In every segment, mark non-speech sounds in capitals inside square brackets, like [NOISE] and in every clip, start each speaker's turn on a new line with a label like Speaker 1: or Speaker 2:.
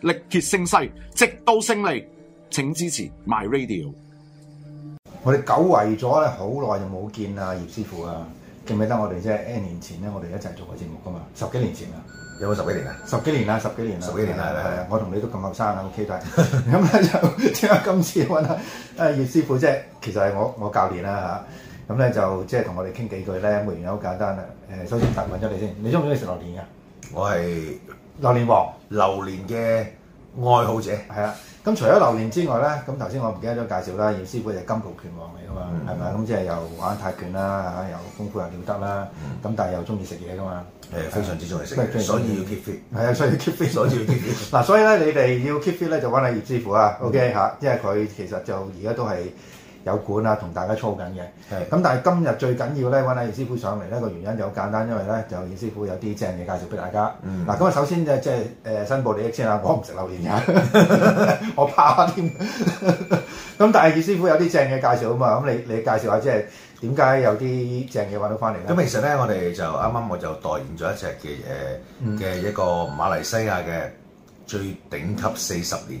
Speaker 1: 力竭勝勢，直到勝利。請支持 My Radio。
Speaker 2: 我哋久違咗咧，好耐就冇見啦，葉師傅啊，記唔記得我哋即係 N 年前咧，我哋一齊做過節目噶嘛？十幾年前啦，
Speaker 3: 有冇十幾年啊？
Speaker 2: 十幾年啦，十幾年啦，
Speaker 3: 十幾年啦係
Speaker 2: 係
Speaker 3: 啊係
Speaker 2: 啊
Speaker 3: 啊，
Speaker 2: 我同你都咁後生啊，OK 大， [LAUGHS] 咁咧就點解今次揾啊啊葉師傅即係其實係我我教練啦嚇，咁咧就即係同我哋傾幾句咧，每樣嘢好簡單啦。誒，首先問問咗你先，你中唔中意食榴蓮㗎？
Speaker 3: 我係
Speaker 2: 榴蓮王。
Speaker 3: 榴蓮嘅愛好者，
Speaker 2: 係啦，咁除咗榴蓮之外咧，咁頭先我唔記得咗介紹啦，葉師傅就係金蒲拳王嚟噶嘛，
Speaker 3: 嗯
Speaker 2: 係咪、咁即係又玩泰拳啦，嚇又功夫又了得啦，咁、但係又中意食嘢噶嘛，
Speaker 3: 誒嗯啊非常之中意食
Speaker 2: 非常之中意
Speaker 3: 嘅，所以要 keep fit。
Speaker 2: 係啊，所以
Speaker 3: [LAUGHS]
Speaker 2: keep fit
Speaker 3: 所以要 keep fit
Speaker 2: 嗱，所以咧你哋要 keep fit 咧就揾阿葉師傅啊，OK
Speaker 3: 嗯
Speaker 2: 嚇、因為佢其實就而家都係有管啊，同大家操緊嘅。
Speaker 3: 係
Speaker 2: 咁但係今日最緊要咧，揾阿葉師傅上嚟呢個原因就好簡單，因為咧就葉師傅有啲正嘢介紹俾大家。
Speaker 3: 嗯
Speaker 2: 嗱咁啊，首先就即係誒申報利益先啦，我唔食榴蓮嘅， [LAUGHS] 我怕添。咁但係葉師傅有啲正嘢介紹啊嘛，咁你你介紹下即係點解有啲正嘢揾到翻嚟咧？
Speaker 3: 咁其實咧，我哋就啱啱我就代言咗一隻嘅誒嘅一個馬來西亞嘅最頂級四十年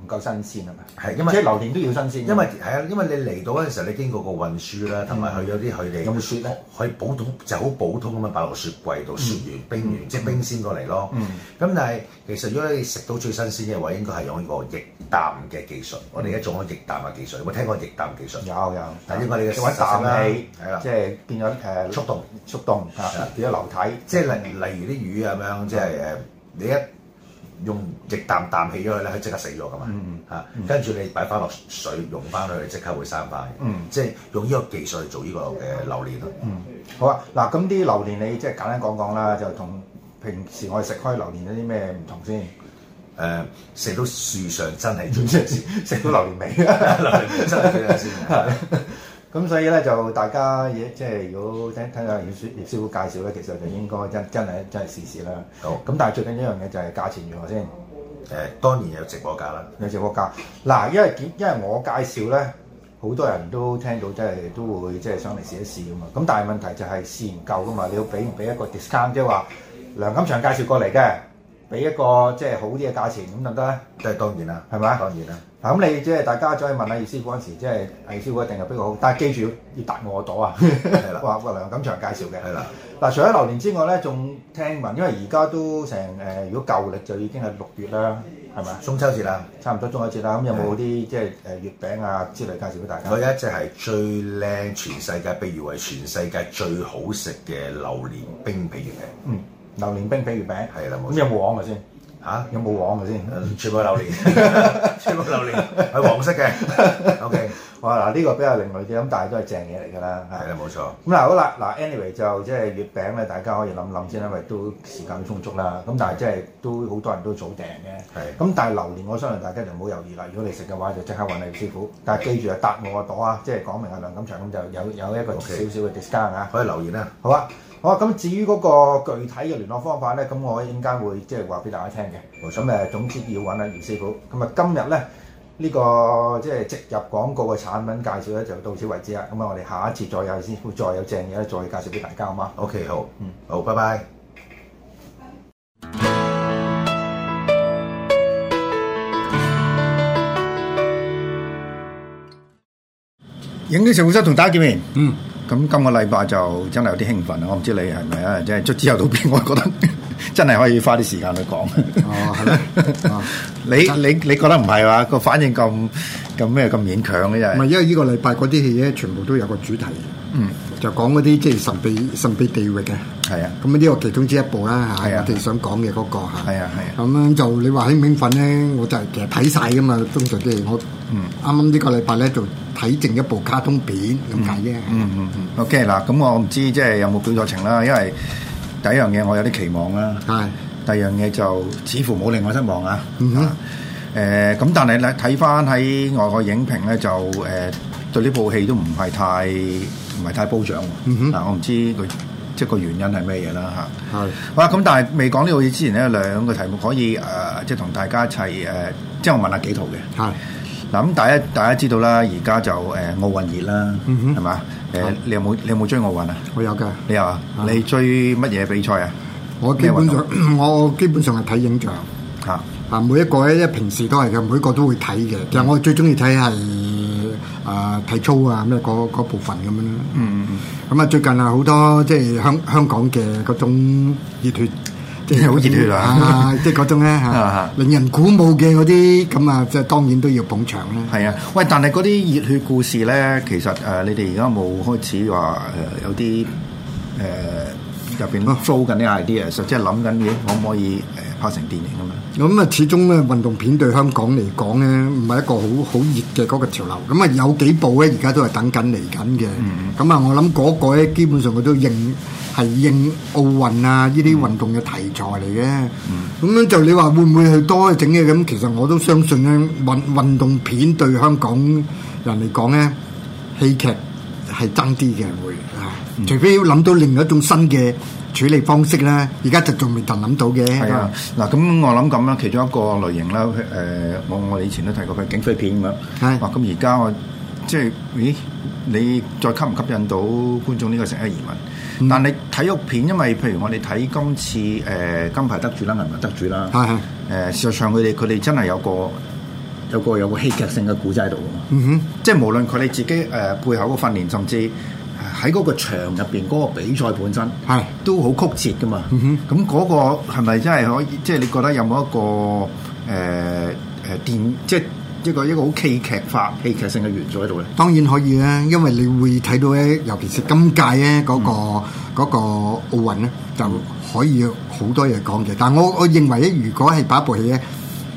Speaker 2: 唔夠新鮮啊嘛，
Speaker 3: 係因為
Speaker 2: 即係榴蓮都要新鮮嘅。
Speaker 3: 因為係啊，因為你嚟到嗰陣時候，你經過個運輸啦，同埋佢有啲佢哋
Speaker 2: 有冇雪咧？
Speaker 3: 佢普通就好普通啊咁樣擺落雪櫃度，雪完冰完即係冰鮮過嚟咯。
Speaker 2: 嗯
Speaker 3: 咁但係其實如果你食到最新鮮嘅話，應該係用呢個液氮嘅技術。我哋而家做緊液氮嘅技術，有冇聽過液氮技術？
Speaker 2: 有有，
Speaker 3: 但因為你嘅
Speaker 2: 做一啖氣，
Speaker 3: 係啦
Speaker 2: 即係變咗誒
Speaker 3: 速凍，
Speaker 2: 速凍啊
Speaker 3: 係，
Speaker 2: 變咗流體，
Speaker 3: 即係例例如啲魚咁樣，即係誒你一用液氮氮起咗佢咧，佢即刻死咗噶嘛
Speaker 2: 嗯
Speaker 3: 嚇。跟住你擺翻落水溶翻佢，即刻會生翻嘅。
Speaker 2: 嗯
Speaker 3: 即係用呢個技術去做呢個誒榴蓮咯。
Speaker 2: 嗯，好啊，嗱，咁啲榴蓮你即係簡單講講啦，就同平時我哋食開榴蓮有啲咩唔同先？
Speaker 3: 誒食到樹上真係最
Speaker 2: 即係食到榴蓮味啊
Speaker 3: 真係最新鮮。
Speaker 2: 咁所以咧就大家嘢即係如果聽聽下葉師葉師傅介紹咧，其實就應該真真係真係試試啦。
Speaker 3: 好
Speaker 2: 咁但係最緊要一樣嘢就係價錢如何先？
Speaker 3: 誒當然有直播價啦，
Speaker 2: 有隻國家嗱，因為點？因為我介紹咧，好多人都聽到，即係都會即係想嚟試一試噶嘛。咁但係問題就係試唔夠噶嘛，你要俾唔俾一個 discount，即係話梁錦祥介紹過嚟嘅，俾一個即係好啲嘅價錢咁得唔得咧？
Speaker 3: 即係當然啦，
Speaker 2: 係咪啊
Speaker 3: 當然啦，
Speaker 2: 嗱，咁你即係大家再問下葉師傅嗰陣時，即係哎葉師傅一定係比較好，但係記住要答我朵啊！[LAUGHS]
Speaker 3: 啦
Speaker 2: 話話梁錦祥介紹嘅。
Speaker 3: 係啦。
Speaker 2: 嗱，除咗榴蓮之外咧，仲聽聞，因為而家都成誒、呃如果舊歷就已經係六月啦，係咪啊？
Speaker 3: 中秋節啦，
Speaker 2: 差唔多中秋節啦，咁有冇啲即係誒月餅啊之類介紹俾大家？
Speaker 3: 我有一隻係最靚全世界，被譽為全世界最好食嘅榴蓮冰皮月餅，
Speaker 2: 嗯，榴蓮冰皮月餅，
Speaker 3: 係啦冇
Speaker 2: 咁
Speaker 3: 錯
Speaker 2: 有冇黃嘅先？
Speaker 3: 嚇。
Speaker 2: 有冇黃嘅先？
Speaker 3: 誒全部係 [LAUGHS] 榴蓮，全部榴蓮係黃色嘅。OK，
Speaker 2: 哇！嗱，呢個比較另類啲，咁但係都係正嘢嚟㗎啦。
Speaker 3: 係
Speaker 2: 係
Speaker 3: 啦，冇錯。
Speaker 2: 咁嗱，好啦，嗱，anyway 就即係月餅咧，大家可以諗諗先，因為都時間都充足啦。咁但係即係都好多人都早訂嘅。
Speaker 3: 係
Speaker 2: 咁但係榴蓮，我相信大家就唔好猶豫啦。如果你食嘅話，就即刻揾你師傅。但係記住啊，搭我個朵啊，即係講明阿梁錦祥咁就有有一個
Speaker 3: OK
Speaker 2: 少少嘅 discount 啊。
Speaker 3: 可以留言啦。
Speaker 2: 好啊，好啊。咁至於嗰個具體嘅聯絡方法咧，咁我一陣間會即係話俾大家聽嘅。
Speaker 3: 冇
Speaker 2: 咁
Speaker 3: 錯
Speaker 2: 誒，總之要揾阿姚師傅。咁啊，今日咧呢、個即係植入廣告嘅產品介紹咧，就到此為止啦。咁啊，我哋下一次再有師傅再有正嘢咧，再介紹俾大家好嗎？
Speaker 3: OK，好
Speaker 2: 嗯，
Speaker 3: 好，拜拜。
Speaker 2: 影啲食務室同大家見面。
Speaker 1: 嗯，
Speaker 2: 咁今個禮拜就真係有啲興奮啊！我唔知你係咪啊，即係卒之後到邊，我覺得 [LAUGHS] 真係可以花啲時間去講。
Speaker 1: 哦係咩哦
Speaker 2: [LAUGHS] 你你你覺得唔係嘛？個反應咁咁咩咁勉強嘅真係
Speaker 4: 唔係，因為呢個禮拜嗰啲戲咧，全部都有個主題，嗯，就講嗰啲即係神秘神秘地域嘅。
Speaker 2: 係啊，
Speaker 4: 咁呢個其中之一步啦嚇，
Speaker 2: 係啊
Speaker 4: 我哋想講嘅嗰個嚇。
Speaker 2: 係啊，係啊。
Speaker 4: 咁樣就你話興唔興奮咧？我就係其實睇晒噶嘛，通常即係我
Speaker 2: 嗯
Speaker 4: 啱啱呢個禮拜咧就睇剩一部卡通片咁解啫。
Speaker 2: 嗯嗯嗯，OK 嗱，咁我唔知即係有冇表咗情啦，因為第一樣嘢我有啲期望啦，
Speaker 4: 係
Speaker 2: 第二樣嘢就似乎冇令我失望啊。
Speaker 4: 嗯哼
Speaker 2: 啊誒咁，但係咧睇翻喺外國影評咧，就誒對呢部戲都唔係太唔係太褒獎喎。
Speaker 4: 嗯哼
Speaker 2: 嗱，我唔知佢即係個原因係咩嘢啦嚇。
Speaker 4: 係
Speaker 2: 好啦，咁但係未講呢套嘢之前咧，有兩個題目可以誒、即係同大家一齊誒、即係我問下幾套嘅。
Speaker 4: 係
Speaker 2: 嗱咁大家大家知道啦，而家就誒、奧運熱啦，
Speaker 4: 嗯哼
Speaker 2: 係嘛、誒
Speaker 4: 係
Speaker 2: 你有冇你有冇追奧運啊？
Speaker 4: 我有㗎。
Speaker 2: 你有啊？
Speaker 4: 啊
Speaker 2: 你追乜嘢比賽啊？
Speaker 4: 我基本
Speaker 2: 咩運
Speaker 4: 上 [CLEARS THROAT] 我基本上係睇影像。
Speaker 2: 嚇
Speaker 4: 啊，每一個咧，因為平時都係嘅，每一個都會睇嘅。其實我最中意睇係啊體操啊咩嗰嗰部分咁樣啦。嗯嗯咁啊，最近啊好多即係香香港嘅嗰種熱血，即
Speaker 2: 好熱血啊！
Speaker 4: 即係嗰種咧
Speaker 2: [LAUGHS] 啊啊
Speaker 4: 嚇，令人鼓舞嘅嗰啲咁啊，即係當然都要捧場啦。
Speaker 2: 係啊！喂，但係嗰啲熱血故事咧，其實誒、呃你哋而家有冇開始話誒、有啲呃誒入邊 flow 緊啲 idea，即係諗緊嘢可唔可以誒、拍成電影咁樣？
Speaker 4: 咁啊，始終咧運動片對香港嚟講咧，唔係一個好好熱嘅嗰個潮流。咁啊，有幾部咧而家都係等緊嚟緊嘅。
Speaker 2: 嗯
Speaker 4: 咁啊、我諗嗰個咧基本上佢都應係應奧運啊呢
Speaker 2: 嗯
Speaker 4: 啲運動嘅題材嚟嘅。咁、樣就你話會唔會去多整嘅咁？其實我都相信咧，運運動片對香港人嚟講咧，戲劇係爭啲嘅會啊，
Speaker 2: 嗯
Speaker 4: 除非要諗到另一種新嘅處理方式啦。而家就仲未能諗到嘅。
Speaker 2: 係啊，嗱咁我諗咁啦，其中一個類型啦，誒、我我哋以前都提過佢警匪片咁樣，
Speaker 4: 係
Speaker 2: 哇！咁而家我即係，咦？你再吸唔吸引到觀眾呢個成一個疑問。但係體育片，因為譬如我哋睇今次誒、金牌得主啦、銀牌得主啦，
Speaker 4: 啊係係
Speaker 2: 誒、事實上佢哋佢哋真係有個有個有個戲劇性嘅故仔喺度㗎嘛。
Speaker 4: 嗯
Speaker 2: 即係無論佢哋自己誒、背後嗰個訓練，甚至喺嗰個場入邊嗰個比賽本身，
Speaker 4: 哼，係。
Speaker 2: 都好曲折噶嘛。
Speaker 4: 嗯
Speaker 2: 咁嗰、個係咪真係可以？即係你覺得有冇一個誒誒、呃呃、電，即係一個一個好戲劇化、戲劇性嘅元素喺度咧？
Speaker 4: 當然可以啦，因為你會睇到咧，尤其是今屆咧嗰、個嗰、個奧運咧，就可以好多嘢講嘅。但我我認為咧，如果係拍一部戲咧，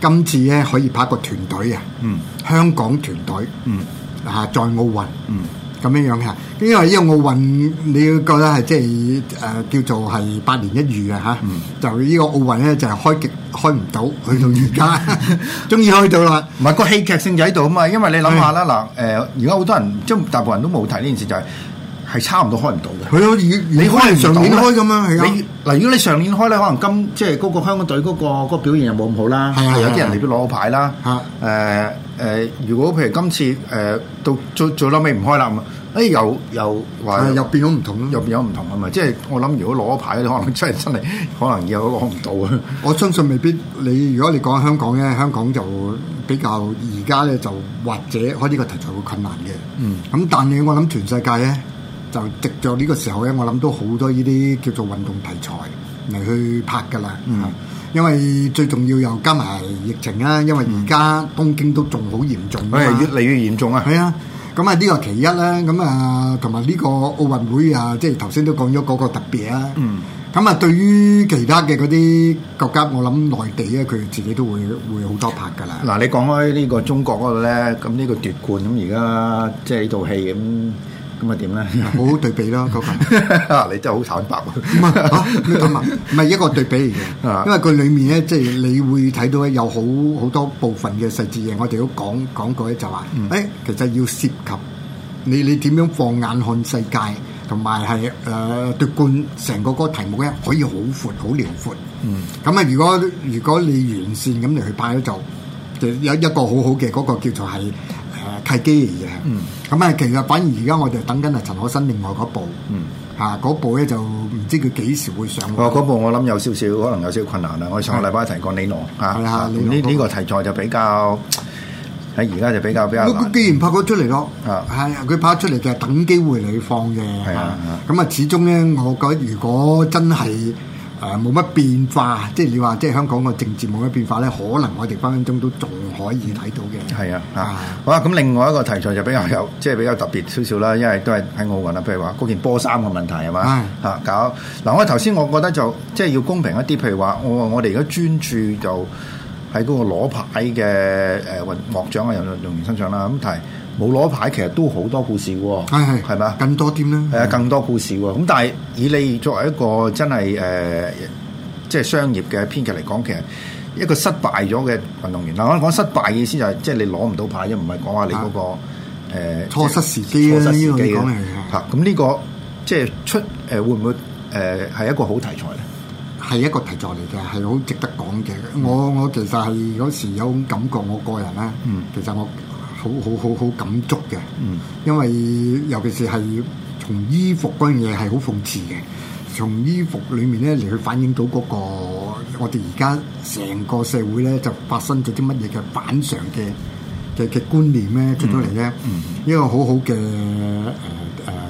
Speaker 4: 今次咧可以拍一個團隊啊，
Speaker 2: 嗯
Speaker 4: 香港團隊，
Speaker 2: 嗯
Speaker 4: 啊，在奧運，
Speaker 2: 嗯，
Speaker 4: 咁樣樣嘅，因為呢個奧運，你要覺得係即係誒、叫做係百年一遇啊嚇，就呢個奧運咧就係開極開唔到，去到而 [LAUGHS] 家，終於開到啦，
Speaker 2: 唔係個戲劇性就喺度啊嘛。因為你諗下啦，嗱誒，呃而家好多人即係大部分人都冇睇呢件事，就係、係差唔多開唔到嘅。
Speaker 4: 佢都已你
Speaker 2: 開唔
Speaker 4: 上
Speaker 2: 到
Speaker 4: 年
Speaker 2: 啦
Speaker 4: 開咁啊，係啊
Speaker 2: 你。嗱，如果你上年開咧，可能今即係嗰個香港隊嗰、個嗰個表現又冇咁好啦，
Speaker 4: 係啊係啊
Speaker 2: 有啲人未必攞到牌啦。誒誒、
Speaker 4: 啊
Speaker 2: 如果譬如今次誒、到最最嬲尾唔開啦，咁啊誒又又話
Speaker 4: 啊又變咗唔同
Speaker 2: 又
Speaker 4: 咯。
Speaker 2: 變咗唔同啊嘛！即係我諗，如果攞牌，你可能真係真係可能又攞唔到啊！
Speaker 4: 我相信未必你如果你講香港咧，香港就比較而家咧就或者開呢個題材會困難嘅。
Speaker 2: 嗯。
Speaker 4: 咁但係我諗全世界咧就藉着呢個時候咧，我諗都好多呢啲叫做運動題材嚟去拍㗎啦。
Speaker 2: 嗯。
Speaker 4: 因為最重要又加埋疫情啦，因為而家東京都仲好嚴重㗎嘛
Speaker 2: 佢係嗯 [LAUGHS] 越嚟越嚴重啊！
Speaker 4: 係啊，咁啊呢個其一啦，咁啊同埋呢個奧運會啊，即係頭先都講咗嗰個特別啊。
Speaker 2: 嗯。
Speaker 4: 咁啊，對於其他嘅嗰啲國家，我諗內地咧，佢自己都會會好多拍㗎啦。
Speaker 2: 嗱，你講開呢個中國嗰度咧，咁呢個奪冠咁而家即係呢套戲咁，咁啊點咧？ [LAUGHS]
Speaker 4: 好好對比咯，嗰、個。
Speaker 2: 你真係好坦白喎
Speaker 4: 唔係啊咩咁啊？唔係一個對比
Speaker 2: [LAUGHS]
Speaker 4: 嚟
Speaker 2: 啊
Speaker 4: 嘅，因為佢裡面咧，即係你會睇到咧，有好好多部分嘅細節嘢，我哋都講講過咧，就話
Speaker 2: 嗯
Speaker 4: 誒，其實要涉及你你點樣放眼看世界，同埋係誒奪冠成個嗰個題目咧，可以好闊好遼闊。
Speaker 2: 嗯，
Speaker 4: 咁啊，如果如果你完善咁嚟去派咧，就就有一個好好嘅嗰個叫做係誒契機嚟嘅。
Speaker 2: 嗯，
Speaker 4: 咁啊，其實反而而家我哋等緊啊陳可辛另外嗰部。
Speaker 2: 嗯。
Speaker 4: 啊！嗰部咧就唔知佢幾時會上。
Speaker 2: 哦，嗰部我諗有少少，可能有少少困難啊啦。我上個禮拜提過李羅嚇，
Speaker 4: 係啊
Speaker 2: 咁
Speaker 4: 李羅
Speaker 2: 呢
Speaker 4: 嗰個
Speaker 2: 呢個題材就比較喺而家就比較
Speaker 5: 啊
Speaker 2: 比較
Speaker 4: 佢佢
Speaker 2: 難。
Speaker 4: 既然拍咗出嚟咯，係
Speaker 2: 啊
Speaker 4: 啊，佢拍咗出嚟嘅等機會你放嘅。
Speaker 2: 係啊
Speaker 4: 咁啊，始終咧，我覺得如果真係誒、誒冇乜變化，即係你話即係香港個政治冇乜變化咧，可能我哋分分鐘都仲可以睇到嘅。
Speaker 5: 係啊，啊，好啊，咁另外一個題材就比較有，即係比較特別少少啦，因為都係喺奧運啦，譬如話嗰件波衫嘅問題係嘛，
Speaker 4: 係
Speaker 5: 嚇搞嗱，我頭先我覺得就即係要公平一啲，譬如話我我哋而家專注就喺嗰個攞牌嘅誒運樂獎啊，運動員身上啦，咁但係冇攞牌其實都好多故事喎，
Speaker 4: 係係
Speaker 5: 係咪啊
Speaker 4: 更多啲啦。
Speaker 5: 係啊，更多故事喎。咁但係以你作為一個真係誒、呃即係商業嘅編劇嚟講，其實一個失敗咗嘅運動員，嗱，我講失敗嘅意思就係、即係你攞唔到牌啫，唔係講話你嗰、個、呃
Speaker 4: 啊錯失時機
Speaker 5: 即係
Speaker 4: 啊
Speaker 5: 錯失時
Speaker 4: 呢
Speaker 5: 機
Speaker 4: 個
Speaker 5: 啊
Speaker 4: 你講係
Speaker 5: 嚇咁呢個即係出誒、呃、會唔會誒係、一個好題材咧？
Speaker 4: 係一個題材嚟嘅，係好值得講嘅。我我其實係嗰時有種感覺，我個人咧，
Speaker 5: 嗯
Speaker 4: 其實我好好好好感觸嘅，
Speaker 5: 嗯
Speaker 4: 因為尤其是係從衣服嗰樣嘢係好諷刺嘅。從衣服裏面咧嚟去反映到嗰、個我哋而家成個社會咧就發生咗啲乜嘢嘅反常嘅嘅嘅觀念咧出咗嚟咧，
Speaker 5: 嗯
Speaker 4: 一個好好嘅誒誒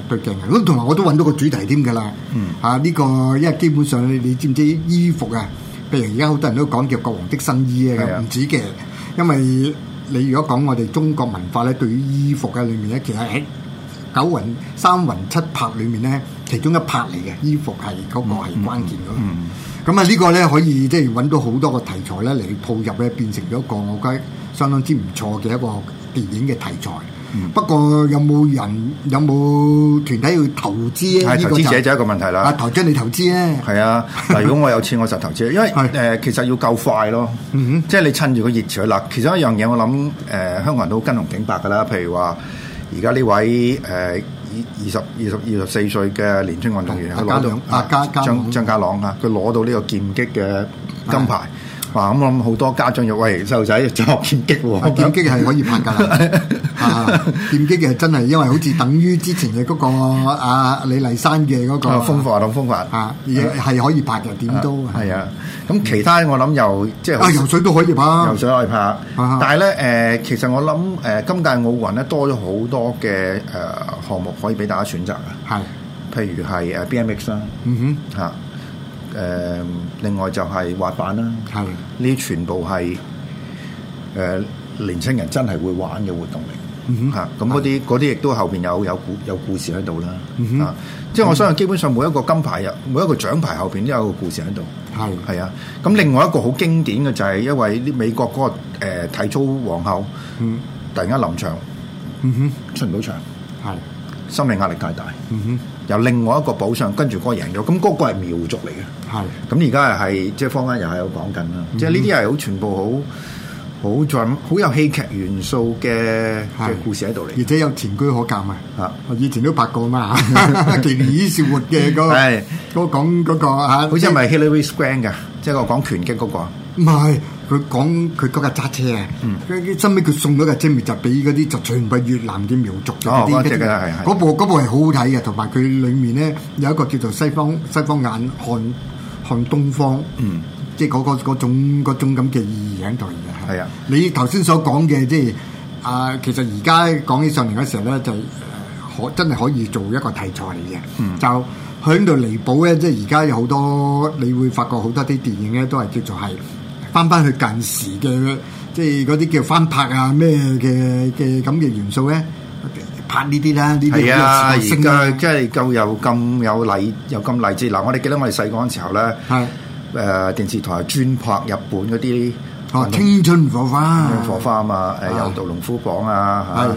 Speaker 4: 對鏡嘅。咁同埋我都揾到個主題添㗎啦。
Speaker 5: 嗯
Speaker 4: 啊，呢、個因為基本上你你知唔知衣服啊？譬如而家好多人都講叫國王的新衣
Speaker 5: 係啊
Speaker 4: 啊，唔止嘅，因為你如果講我哋中國文化咧，對於衣服嘅裏面咧，其實喺九雲三雲七魄裏面咧，其中一魄嚟嘅衣服係嗰、個
Speaker 5: 嗯
Speaker 4: 係關鍵嘅。咁啊，呢個咧可以即係揾到好多個題材咧嚟套入咧，變成咗一個我覺得相當之唔錯嘅一個電影嘅題材。
Speaker 5: 嗯
Speaker 4: 不過有冇人有冇團體去投資咧？
Speaker 5: 係
Speaker 4: 呢
Speaker 5: 投
Speaker 4: 個
Speaker 5: 資者就一個問題
Speaker 4: 啊，
Speaker 5: 啦。
Speaker 4: 台長你投資咧？
Speaker 5: 係
Speaker 4: [LAUGHS]
Speaker 5: 啊，嗱，如果我有錢，我實投資，因為誒
Speaker 4: 係、
Speaker 5: 其實要夠快咯，
Speaker 4: 嗯
Speaker 5: 即係你趁住個熱潮嗱。其中一樣嘢，我諗誒、香港人都跟紅頂白㗎啦。譬如話，而家呢位誒二二十二十二十四歲嘅年青運動員，
Speaker 4: 啊
Speaker 5: 佢攞
Speaker 4: 家
Speaker 5: 到
Speaker 4: 朗啊家家
Speaker 5: 張
Speaker 4: 朗
Speaker 5: 張家朗啊，佢攞到呢個劍擊嘅金牌。哇！咁我諗好多家長就喂細路仔就學劍
Speaker 4: [LAUGHS]
Speaker 5: 擊
Speaker 4: 啊劍
Speaker 5: 喎，，
Speaker 4: 擊係可以拍㗎啦
Speaker 5: [LAUGHS]
Speaker 4: 啊劍擊係真係因為好似等於之前嘅嗰個啊李麗珊嘅嗰個
Speaker 5: 啊風化當風化
Speaker 4: 啊，嘢係可以拍嘅，點都
Speaker 5: 係啊。咁其他我諗又即係好
Speaker 4: 啊游水都可以拍，
Speaker 5: 游水可以拍，
Speaker 4: 啊
Speaker 5: 但係咧誒，其實我諗誒、今屆奧運咧多咗好多嘅誒、項目可以俾大家選擇啊，
Speaker 4: 係
Speaker 5: 譬如係誒 BMX 啦
Speaker 4: 嗯
Speaker 5: 嚇，誒、另外就係滑板啦，
Speaker 4: 哼係
Speaker 5: 呢啲全部係誒、呃年青人真係會玩嘅活動嚟
Speaker 4: 嗯哼
Speaker 5: 嚇，咁嗰啲嗰啲亦都後邊有有故有故事喺度啦
Speaker 4: 嗯哼
Speaker 5: 嚇，即係我相信基本上每一個金牌入每一個獎牌後邊都有個故事喺度。
Speaker 4: 係
Speaker 5: 係啊，咁另外一個好經典嘅就係因為啲美國嗰、個、呃、體操皇后
Speaker 4: 嗯
Speaker 5: 突然間臨場
Speaker 4: 嗯
Speaker 5: 出唔到場，
Speaker 4: 哼係
Speaker 5: 心理壓力太大，
Speaker 4: 嗯
Speaker 5: 由另外一個補上，跟住嗰個贏咗，咁嗰個係苗族嚟嘅。
Speaker 4: 哼係。
Speaker 5: 咁而家係即係坊間又係有講緊啦，
Speaker 4: 嗯
Speaker 5: 即係呢啲係好全部好好在好有戲劇元素嘅嘅
Speaker 4: 係
Speaker 5: 故事喺度嚟
Speaker 4: 而
Speaker 5: 嘅。
Speaker 4: 且有前居可鑑啊！
Speaker 5: 啊
Speaker 4: 我以前都拍過
Speaker 5: [LAUGHS]
Speaker 4: 嘛， [LAUGHS] 《奇異笑活》嘅嗰個
Speaker 5: 係
Speaker 4: 嗰個講嗰個啊，
Speaker 5: 好似係咪 Hillary Swank 㗎？即係我講拳擊嗰、個啊
Speaker 4: 唔係，佢講佢嗰架揸車啊，
Speaker 5: 嗯
Speaker 4: 佢佢收尾佢送咗架車咪就俾嗰啲就全部越南嘅苗族嘅
Speaker 5: 哦
Speaker 4: 嗰
Speaker 5: 嗰隻
Speaker 4: 啲
Speaker 5: 嘅係係
Speaker 4: 嗰部嗰部係好好睇嘅，同埋佢裡面咧有一個叫做西方西方眼看看東方，
Speaker 5: 嗯，
Speaker 4: 即係嗰個嗰種嗰種咁嘅意義喺度嘅。
Speaker 5: 係啊，
Speaker 4: 你頭先所講嘅即係啊，其實而家講起上嚟嗰時候咧，就係呃可真係可以做一個題材嚟嘅，
Speaker 5: 嗯
Speaker 4: 就喺度彌補咧，即係而家有好多你會發覺好多啲電影咧都係叫做係翻翻去近時嘅，即係嗰啲叫翻拍啊咩嘅嘅咁嘅元素咧，拍呢啲啦，呢啲好有
Speaker 5: 係啊，而
Speaker 4: 時代性啊
Speaker 5: 家即係夠有咁有勵有咁勵志。嗱，我哋記得我哋細個嗰陣時候咧，誒、
Speaker 4: 係
Speaker 5: 電視台專拍日本嗰啲啊
Speaker 4: 哦，青春火花，
Speaker 5: 火花啊嘛，誒
Speaker 4: 啊
Speaker 5: 有道農夫榜啊，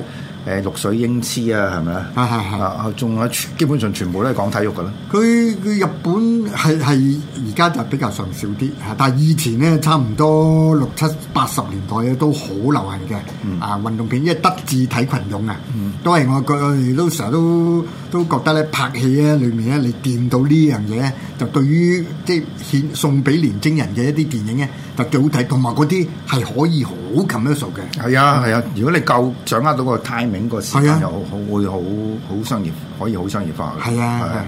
Speaker 5: 誒綠水英雌啊，係咪啊？
Speaker 4: 係係係
Speaker 5: 啊，仲有全基本上全部都係講體育噶啦。
Speaker 4: 佢佢日本係係而家就比較上少啲嚇，但係以前咧差唔多六七八十年代咧都好流行嘅、啊運動片，因為德智體群勇啊，都係我我哋都成日都都覺得咧拍戲咧裏面咧你掂到呢樣嘢咧，就對於即係獻送俾年青人嘅一啲電影咧就最好睇，同埋嗰啲係可以好 commercial 嘅。
Speaker 5: 係啊係啊，如果你夠掌握到個 timing 個時
Speaker 4: 係
Speaker 5: 間，
Speaker 4: 啊
Speaker 5: 又好好會好好商業，可以好商業化嘅。
Speaker 4: 係啊
Speaker 5: 係
Speaker 4: 係啊，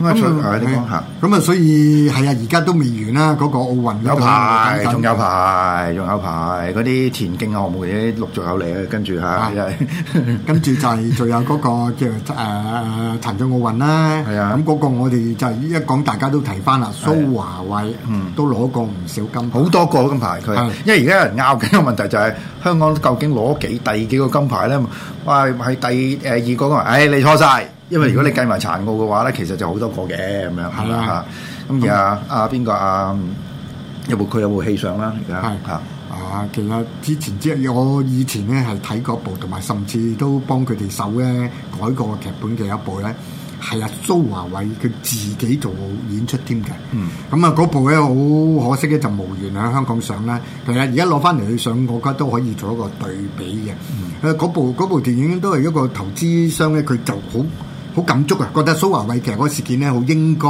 Speaker 5: 咁啊，
Speaker 4: 咁
Speaker 5: 除
Speaker 4: 啊
Speaker 5: 誒你講下，
Speaker 4: 咁啊，所以係啊，而家都未完啦，嗰個奧運嗰度
Speaker 5: 有排，
Speaker 4: 等緊
Speaker 5: 仲有排，仲有排，嗰啲田徑項目嘢陸續有嚟啊，跟住嚇，
Speaker 4: 啊
Speaker 5: 真係
Speaker 4: 跟住就係仲有嗰個叫誒殘障奧運啦，
Speaker 5: 係啊
Speaker 4: 咁嗰個我哋就係一講大家都提翻啦，蘇華偉
Speaker 5: 嗯
Speaker 4: 都攞過唔少金牌，
Speaker 5: 好多個金牌佢
Speaker 4: 係，
Speaker 5: 因為而家有人拗緊個問題就係香港究竟攞幾第幾個金牌咧？哇，係第誒二個金牌，唉，你錯晒，因為如果你計埋殘奧嘅話咧，其實就好多個嘅咁樣係
Speaker 4: 係
Speaker 5: 啦
Speaker 4: 啊
Speaker 5: 嚇。咁而家阿邊個啊？有冇佢有部戲上啦？而家
Speaker 4: 係
Speaker 5: 嚇
Speaker 4: 啊，其實之前即係我以前咧係睇過一部，同埋甚至都幫佢哋手咧改過劇本嘅一部咧，係啊蘇華偉佢自己做演出添嘅。
Speaker 5: 嗯，
Speaker 4: 咁啊嗰部咧好可惜咧就無緣喺香港上啦。其實而家攞翻嚟去上，我覺得都可以做一個對比嘅。誒、嗰部嗰部電影都係一個投資商咧，佢就好好感觸啊，覺得蘇華偉其實嗰個事件咧好應該。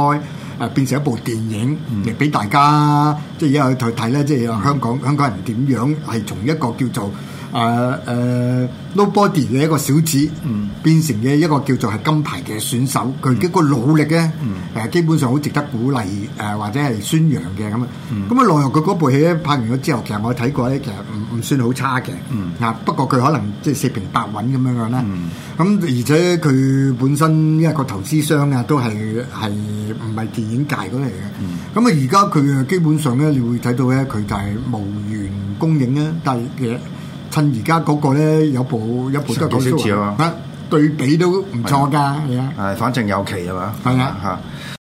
Speaker 4: 誒啊變成一部電影嚟俾大家即係而家去睇咧，即係香港香港人點樣係從一個叫做誒誒 nobody 嘅一個小子，變成嘅一個叫做係金牌嘅選手，佢嘅個努力咧誒基本上好值得鼓勵誒或者係宣揚嘅咁啊。咁啊，奈何佢嗰部戲咧拍完咗之後，其實我睇過咧，其實唔唔算好差嘅，
Speaker 5: 嗯
Speaker 4: 啊不過佢可能即係四平八穩咁樣樣啦。咁而且佢本身因為個投資商啊，都係係唔係電影界嗰嚟
Speaker 5: 嗯
Speaker 4: 嘅。咁啊，而家佢啊基本上咧，你會睇到咧，佢就係無緣供應啦。但係其實趁而家嗰個咧，有部有部都係
Speaker 5: 上幾
Speaker 4: 講
Speaker 5: 小節啊
Speaker 4: 啊，對比都唔錯㗎，係啊。
Speaker 5: 誒，反正有期係嘛？
Speaker 4: 係啊
Speaker 5: 嚇。